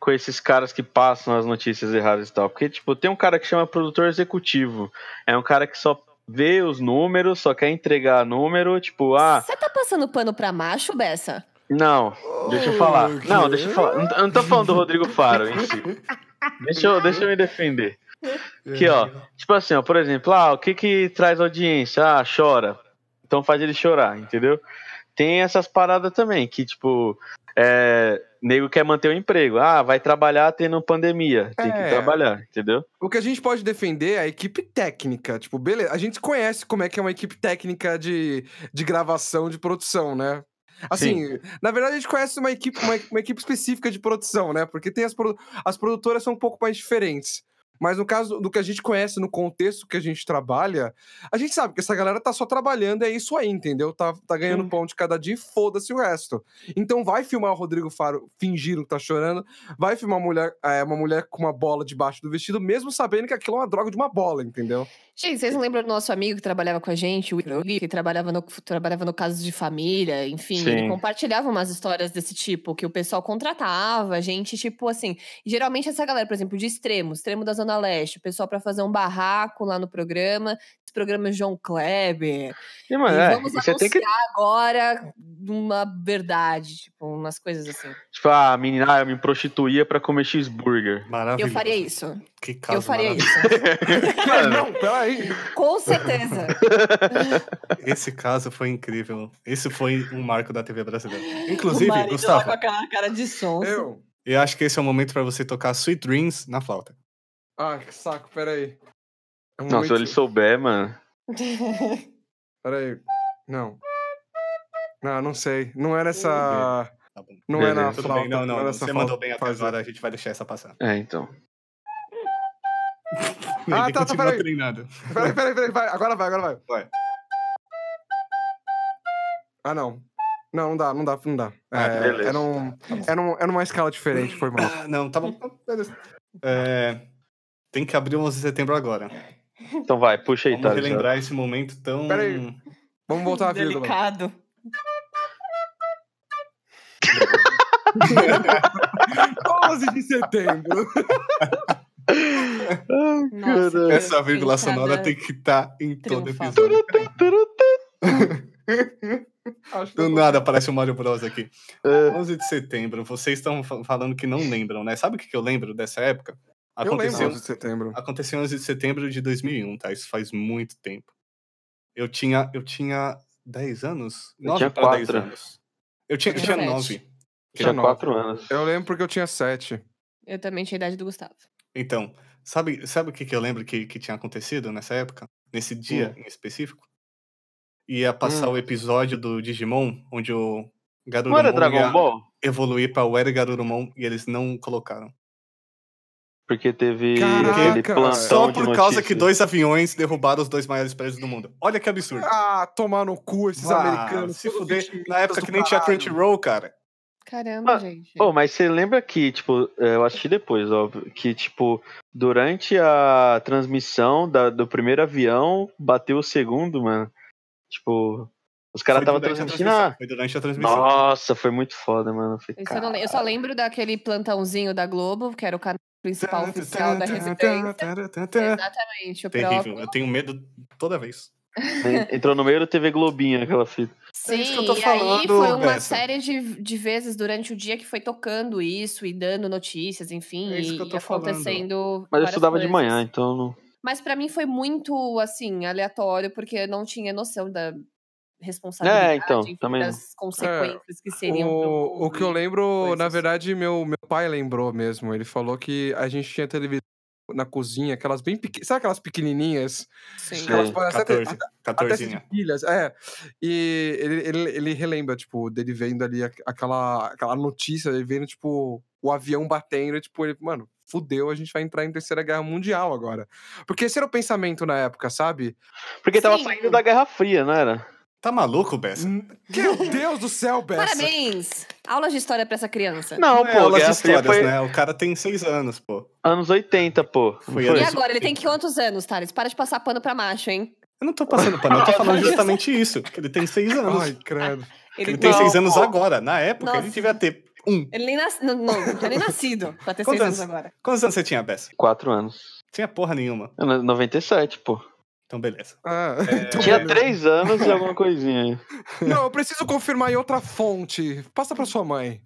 com esses caras que passam as notícias erradas e tal. Porque, tipo, tem um cara que chama produtor executivo. É um cara que só vê os números, só quer entregar número, tipo, ah, Você tá passando pano pra macho, Bessa? não, deixa eu falar. Ok. Não, deixa eu falar. Eu não- Eu não tô falando do Rodrigo Faro em si. Deixa eu, deixa eu me defender. Aqui, ó. Tipo assim, ó, por exemplo, ah, o que que traz audiência? Ah, chora. Então faz ele chorar, entendeu? Tem essas paradas também, que tipo, é, nego quer manter o emprego. Ah, vai trabalhar tendo pandemia. Tem É. que trabalhar, entendeu? O que a gente pode defender é a equipe técnica. Tipo, beleza, a gente conhece como é que é uma equipe técnica de, de gravação, de produção, né? Assim, na verdade a gente conhece uma equipe, uma, uma equipe específica de produção, né? Porque tem as, produ- as produtoras são um pouco mais diferentes. Mas no caso do que a gente conhece, no contexto que a gente trabalha, a gente sabe que essa galera tá só trabalhando, é isso aí, entendeu? Tá, tá ganhando pão de cada dia e foda-se o resto. Então vai filmar o Rodrigo Faro fingindo que tá chorando, vai filmar uma mulher, é, uma mulher com uma bola debaixo do vestido, mesmo sabendo que aquilo é uma droga de uma bola, entendeu? Gente, vocês não lembram do nosso amigo que trabalhava com a gente, o Igor, que trabalhava no, trabalhava no caso de família, enfim, Sim. ele compartilhava umas histórias desse tipo, que o pessoal contratava, a gente, tipo assim, geralmente essa galera, por exemplo, de extremo, extremo da Zona Leste, o pessoal pra fazer um barraco lá no programa, esse programa é João Kleber, E, mano, e é, vamos você tem que. anunciar agora uma verdade, tipo, umas coisas assim. Tipo, ah, menina, ah, eu me prostituía pra comer cheeseburger. Maravilhoso. Eu faria isso, Que caso eu faria maravilhoso. isso, Mano, Não, peraí. com certeza. Esse caso foi incrível. Esse foi um marco da TV brasileira. O Inclusive, marido lá Gustavo, com aquela cara de som. Eu. eu acho que esse é o momento pra você tocar Sweet Dreams na flauta. Ah, que saco, peraí. É um não, se momento- ele souber, mano. Peraí. Não. Ah, Não, não sei. Não era essa. Tá bom. Não era na Beleza. Tudo flauta. bem, não, não. era não. essa Você flauta. mandou bem até fazer. agora, a gente vai deixar essa passar. É, então. Ah, Ele tá, tá, continua peraí. treinado. Peraí, peraí, peraí. Vai. Agora vai, agora vai. Vai. Ah, não. Não, não dá, não dá, não dá. Ah, É, beleza. era, um, era, um, era uma escala diferente, foi mal. Ah, não, tá bom. Beleza. É, tem que abrir o 11 de setembro agora. Então vai, puxa aí, Vamos tá? relembrar esse momento tão. Peraí. Vamos voltar à vírgula. Delicado. Delicado. 11 de setembro. Nossa, Caralho. que Essa vírgula entrada né? sonora tem que estar em todo triunfal. episódio. Acho que Do eu tô- nada aparece o Mario Bros aqui. É. 11 de setembro, vocês estão fa- falando que não lembram, né? Sabe o que que eu lembro dessa época? Eu lembro Aconteceu, 11 de setembro. aconteceu 11 de setembro de 2001, tá? Isso faz muito tempo. Eu tinha, eu tinha 10 anos? Eu 9 tinha para 10 quatro. anos. Eu tinha, eu tinha Sete. 9. Tinha Não. quatro anos. Eu lembro porque eu tinha 7. Eu também tinha a idade do Gustavo. Então, sabe, sabe o que, que eu lembro que, que tinha acontecido nessa época? Nesse dia Hum. em específico? Ia passar Hum. o episódio do Digimon, onde o Não era Garurumon Dragon ia Ball? evoluir pra Were Garurumon e eles não colocaram. Porque teve Caraca, aquele plantão Só de por causa é. notícias. que dois aviões derrubaram os dois maiores prédios do mundo. Olha que absurdo. Ah, tomar no cu esses Ah, Vá, americanos. Se Ah, todos fuder. vitimistas Na época do que nem tinha caralho. Crunchyroll, cara. Caramba, Ah, gente. Pô, mas você lembra que, tipo, é, eu assisti depois, óbvio, que, tipo, durante a transmissão da- do primeiro avião, bateu o segundo, mano. Tipo, os caras Foi estavam durante a transmitindo. transmissão, ah, Foi durante a transmissão. Nossa, foi muito foda, mano. Eu falei, Isso eu, não le- eu só "Caralho". lembro daquele plantãozinho da Globo, que era o canal principal oficial da Residência. Exatamente, o Terrível. próprio. Eu tenho medo toda vez. En- Entrou no meio do TV Globinho aquela fita. Sim, É isso que eu tô e aí falando, foi uma Bessa. série de, de vezes durante o dia que foi tocando isso e dando notícias, enfim, É isso e, que eu tô e acontecendo. Mas eu várias estudava de coisas. manhã, então não. Mas pra mim foi muito, assim, aleatório, porque eu não tinha noção da É, responsabilidade, então, enfim, também não. das consequências que seriam. O, pro- o que eu assim. lembro, na coisas. verdade, meu, meu pai lembrou mesmo. Ele falou que a gente tinha televisão na cozinha, aquelas bem pequenas. Sabe aquelas pequenininhas? Sim. Sei. Aquelas parecem até- 14. até se 14. de pilhas, é. E ele, ele, ele relembra, tipo, dele vendo ali a- aquela, aquela notícia, ele vendo, tipo, o avião batendo, e, tipo, ele, mano, fudeu, a gente vai entrar em Terceira Guerra Mundial agora. Porque esse era o pensamento na época, sabe? Porque tava Sim. saindo da Guerra Fria, não era? Tá maluco, Bessa? N- Meu Deus do céu, Bessa! Parabéns! Aulas de história pra essa criança. Não, é pô, aulas de Guerra Fria histórias, foi né? O cara tem seis anos, pô. anos 80, pô. não Foi E anos- agora, ele tem quantos anos, Thales? Para de passar pano pra macho, hein? Eu não tô passando pano, eu tô falando justamente isso. Que ele tem seis anos. Ai, credo. ele Ele, tem não, seis anos pô. agora. Na época, ele Nossa. devia ter um. ele nem, nas... não, não, não tinha nem nascido pra ter seis Quantos anos anos? agora. Quantos anos você tinha, Bessa? Quatro anos. Tinha porra nenhuma. É, no- 97, pô. Então, beleza. Ah. Então, Tinha beleza. três anos e alguma coisinha aí. Não, eu preciso confirmar em outra fonte. Passa pra sua mãe.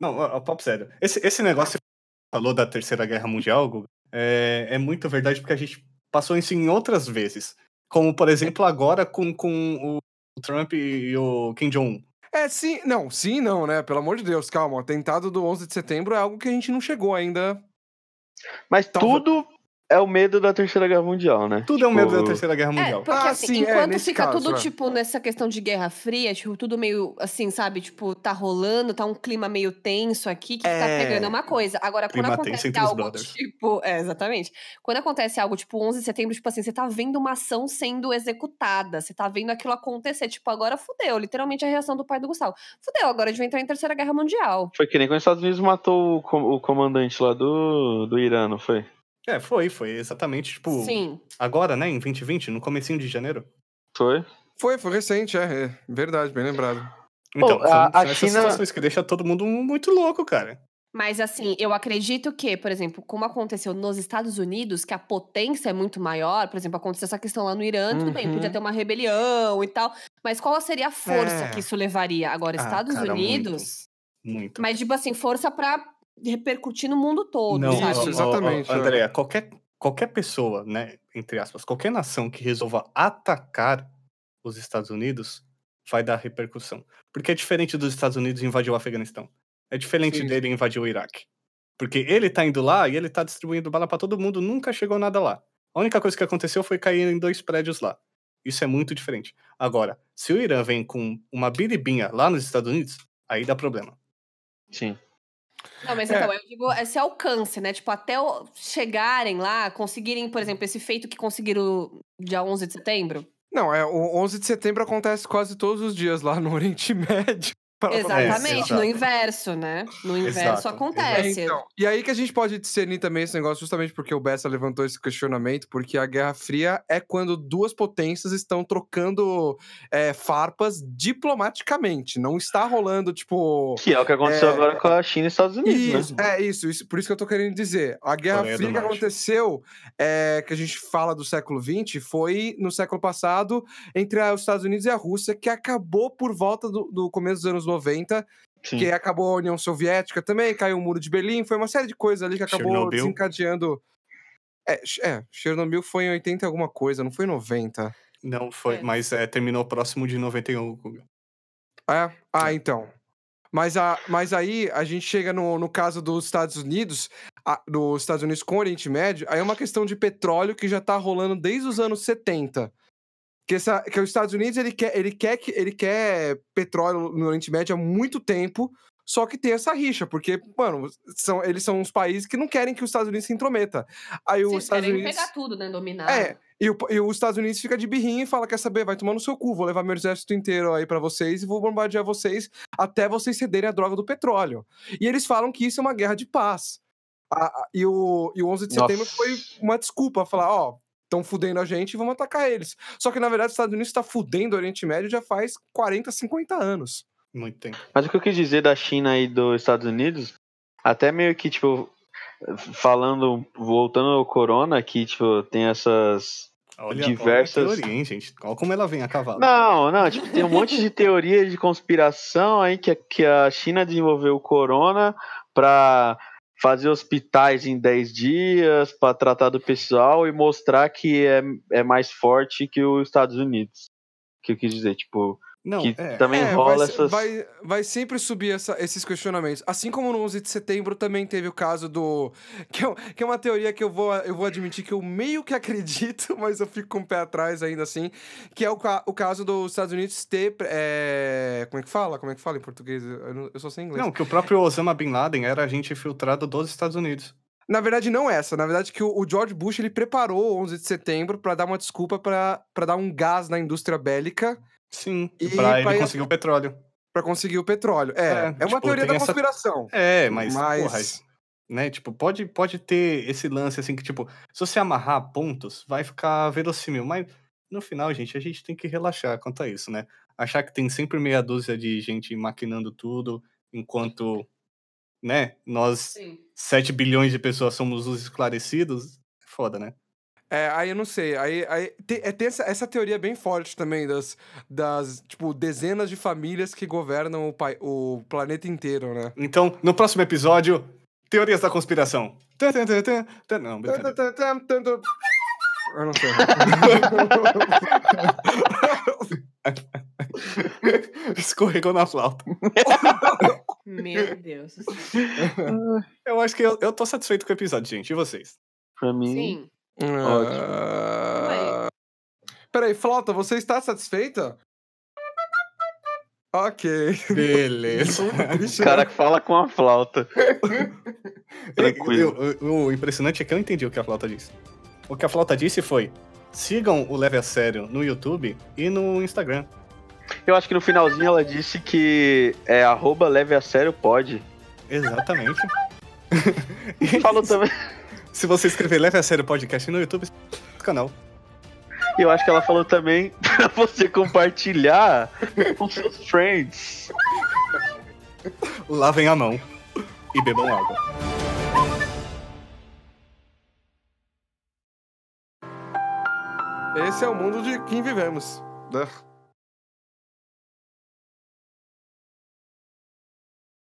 Não, ó, ó, papo sério. Esse, esse negócio que você falou da Terceira Guerra Mundial, Guga, é, é muito verdade porque a gente passou isso em outras vezes. Como, por exemplo, agora com, com o Trump e o Kim Jong-un. É, sim, não, sim, não, né? Pelo amor de Deus, calma. O atentado do 11 de setembro é algo que a gente não chegou ainda. Mas Talvez- tudo é o medo da Terceira Guerra Mundial, né? Tudo é um medo da Tipo, Terceira Guerra É, Mundial. porque Ah, assim, sim, é, enquanto nesse fica caso, tudo, é. tipo, nessa questão de Guerra Fria, tipo, tudo meio assim, sabe? Tipo, tá rolando, tá um clima meio tenso aqui, que tá É. pegando é uma coisa. Agora, quando Clima tenso acontece entre os algo, brothers. tipo... É, exatamente. Quando acontece algo, tipo, 11 de setembro, tipo assim, você tá vendo uma ação sendo executada, você tá vendo aquilo acontecer, tipo, agora fudeu, literalmente a reação do pai do Gustavo. Fudeu, agora a gente vai entrar em Terceira Guerra Mundial. Foi que nem quando os Estados Unidos matou o, com- o comandante lá do, do Irã, não foi? É, foi, foi exatamente, tipo, Sim. agora, né, em 2020, no comecinho de janeiro. Foi? Foi, foi recente, é, é verdade, bem lembrado. Então, Pô, são, são a- a essas China- situações que deixam todo mundo muito louco, cara. Mas assim, eu acredito que, por exemplo, como aconteceu nos Estados Unidos, que a potência é muito maior, por exemplo, aconteceu essa questão lá no Irã, tudo bem, Uhum. podia ter uma rebelião e tal, mas qual seria a força É. que isso levaria agora Ah, Estados cara, muito. Unidos? Muito. Mas tipo assim, força pra repercutir no mundo todo, Não, sabe? Isso, ó, ó, ó, exatamente, é. Andrea, qualquer, qualquer pessoa, né, entre aspas, qualquer nação que resolva atacar os Estados Unidos vai dar repercussão. Porque é diferente dos Estados Unidos invadir o Afeganistão. É diferente Sim. dele invadir o Iraque. Porque ele tá indo lá e ele tá distribuindo bala pra todo mundo, nunca chegou nada lá. A única coisa que aconteceu foi cair em dois prédios lá. Isso é muito diferente. Agora, se o Irã vem com uma biribinha lá nos Estados Unidos, aí dá problema. Sim. Não, mas É. então, eu digo esse alcance, né? Tipo, até o- chegarem lá, conseguirem, por exemplo, esse feito que conseguiram dia 11 de setembro. Não, é, o 11 de setembro acontece quase todos os dias lá no Oriente Médio. Para pra pensar. Exatamente, no é, exato. inverso, né? No inverso Exato, É, acontece. então, e aí que a gente pode discernir também esse negócio, justamente porque o Bessa levantou esse questionamento, porque a Guerra Fria é quando duas potências estão trocando é, farpas diplomaticamente. Não está rolando, tipo. Que é o que aconteceu É. agora com a China e os Estados Unidos, né? Isso, é isso, isso, por isso que eu tô querendo dizer. A Guerra Coreia do Fria que Norte. aconteceu, é, que a gente fala do século XX, foi no século passado entre a- os Estados Unidos e a Rússia, que acabou por volta do, do começo dos anos 90, Sim. que acabou a União Soviética também, caiu o Muro de Berlim, foi uma série de coisas ali que acabou Chernobyl. desencadeando... É, Ch- é, Chernobyl foi em 80 e alguma coisa, não foi em 90. Não foi, É. um mas é, terminou próximo de 91. Guga. É? Ah, então. Mas, a, mas aí a gente chega no, no caso dos Estados Unidos, a, dos Estados Unidos com o Oriente Médio, aí é uma questão de petróleo que já tá rolando desde os anos 70. Que, essa, que os Estados Unidos ele quer, ele, quer, que- ele quer petróleo no Oriente Médio há muito tempo, só que tem essa rixa, porque, mano, são, eles são uns países que não querem que os Estados Unidos se intrometa. Aí os Vocês Estados querem Unidos. pegar tudo, né? Dominar. É, e, o- e os Estados Unidos fica de birrinha e fala: quer saber? Vai tomar no seu cu, vou levar meu exército inteiro aí pra vocês e vou bombardear vocês até vocês cederem a droga do petróleo. E eles falam que isso é uma guerra de paz. A- a- e, o, e o 11 de Nossa. setembro foi uma desculpa, falar, ó, estão fudendo a gente, vamos atacar eles. Só que, na verdade, os Estados Unidos está fudendo o Oriente Médio já faz 40, 50 anos. Muito tempo. Mas o que eu quis dizer da China e dos Estados Unidos, até meio que, tipo, falando, voltando ao corona, que, tipo, tem essas. Olha, Diversas- olha a teoria, hein, gente? Olha como ela vem a cavalo. Não, não, tipo, tem um monte de teoria de conspiração aí que, que a China desenvolveu o corona pra fazer hospitais em 10 dias, pra tratar do pessoal e mostrar que é, é mais forte que os Estados Unidos. Que eu quis dizer, tipo, Não, que é. também É, vai, rola se- essas. vai, vai sempre subir essa- esses questionamentos. Assim como no 11 de setembro também teve o caso do. Que é, um- que é uma teoria que eu vou, eu vou admitir que eu meio que acredito, mas eu fico com o pé atrás ainda assim. Que é o, ca- o caso dos Estados Unidos ter. é, como é que fala? Como é que fala em português? Eu, não- eu só sei inglês. Não, que o próprio Osama Bin Laden era agente filtrado dos Estados Unidos. Na verdade, não essa. Na verdade, que o, o George Bush ele preparou o 11 de setembro pra dar uma desculpa pra pra dar um gás na indústria bélica Sim, E pra ele pra- conseguir o petróleo. pra conseguir o petróleo. É, é, É, uma tipo, teoria tem da essa- conspiração. É, mas, Mas- porra, né? Tipo, pode, pode ter esse lance assim que, tipo, se você amarrar pontos, vai ficar verossímil. Mas no final, gente, a gente tem que relaxar quanto a isso, né? Achar que tem sempre meia dúzia de gente maquinando tudo, enquanto, né, nós, Sim. 7 bilhões de pessoas somos os esclarecidos, é foda, né? É, aí eu não sei. Aí, aí tem, é, tem essa, essa teoria bem forte também das, das, tipo, dezenas de famílias que governam o, pai, o planeta inteiro, né? Então, no próximo episódio, teorias da conspiração. Tã, tã, tã, tã, tã. Não, brincadeira. Eu não sei. Escorregou na flauta. Meu Deus. Eu acho que eu, eu tô satisfeito com o episódio, gente. E vocês? Pra mim. Sim. Ah, Peraí, Flauta, você está satisfeita? Ok. Beleza. O cara que fala com a flauta. Tranquilo. Eu- eu- o impressionante é que eu entendi o que a flauta disse. O que a flauta disse foi: sigam o Leve a Sério no YouTube e no Instagram. Eu acho que no finalzinho ela disse que é arroba leve a sério pode. Exatamente. Falou também. Se você escrever Leve a Sério Podcast no YouTube, canal. Eu acho que ela falou também pra você compartilhar com seus friends. Lavem a mão e bebam água. Esse é o mundo de quem vivemos. né?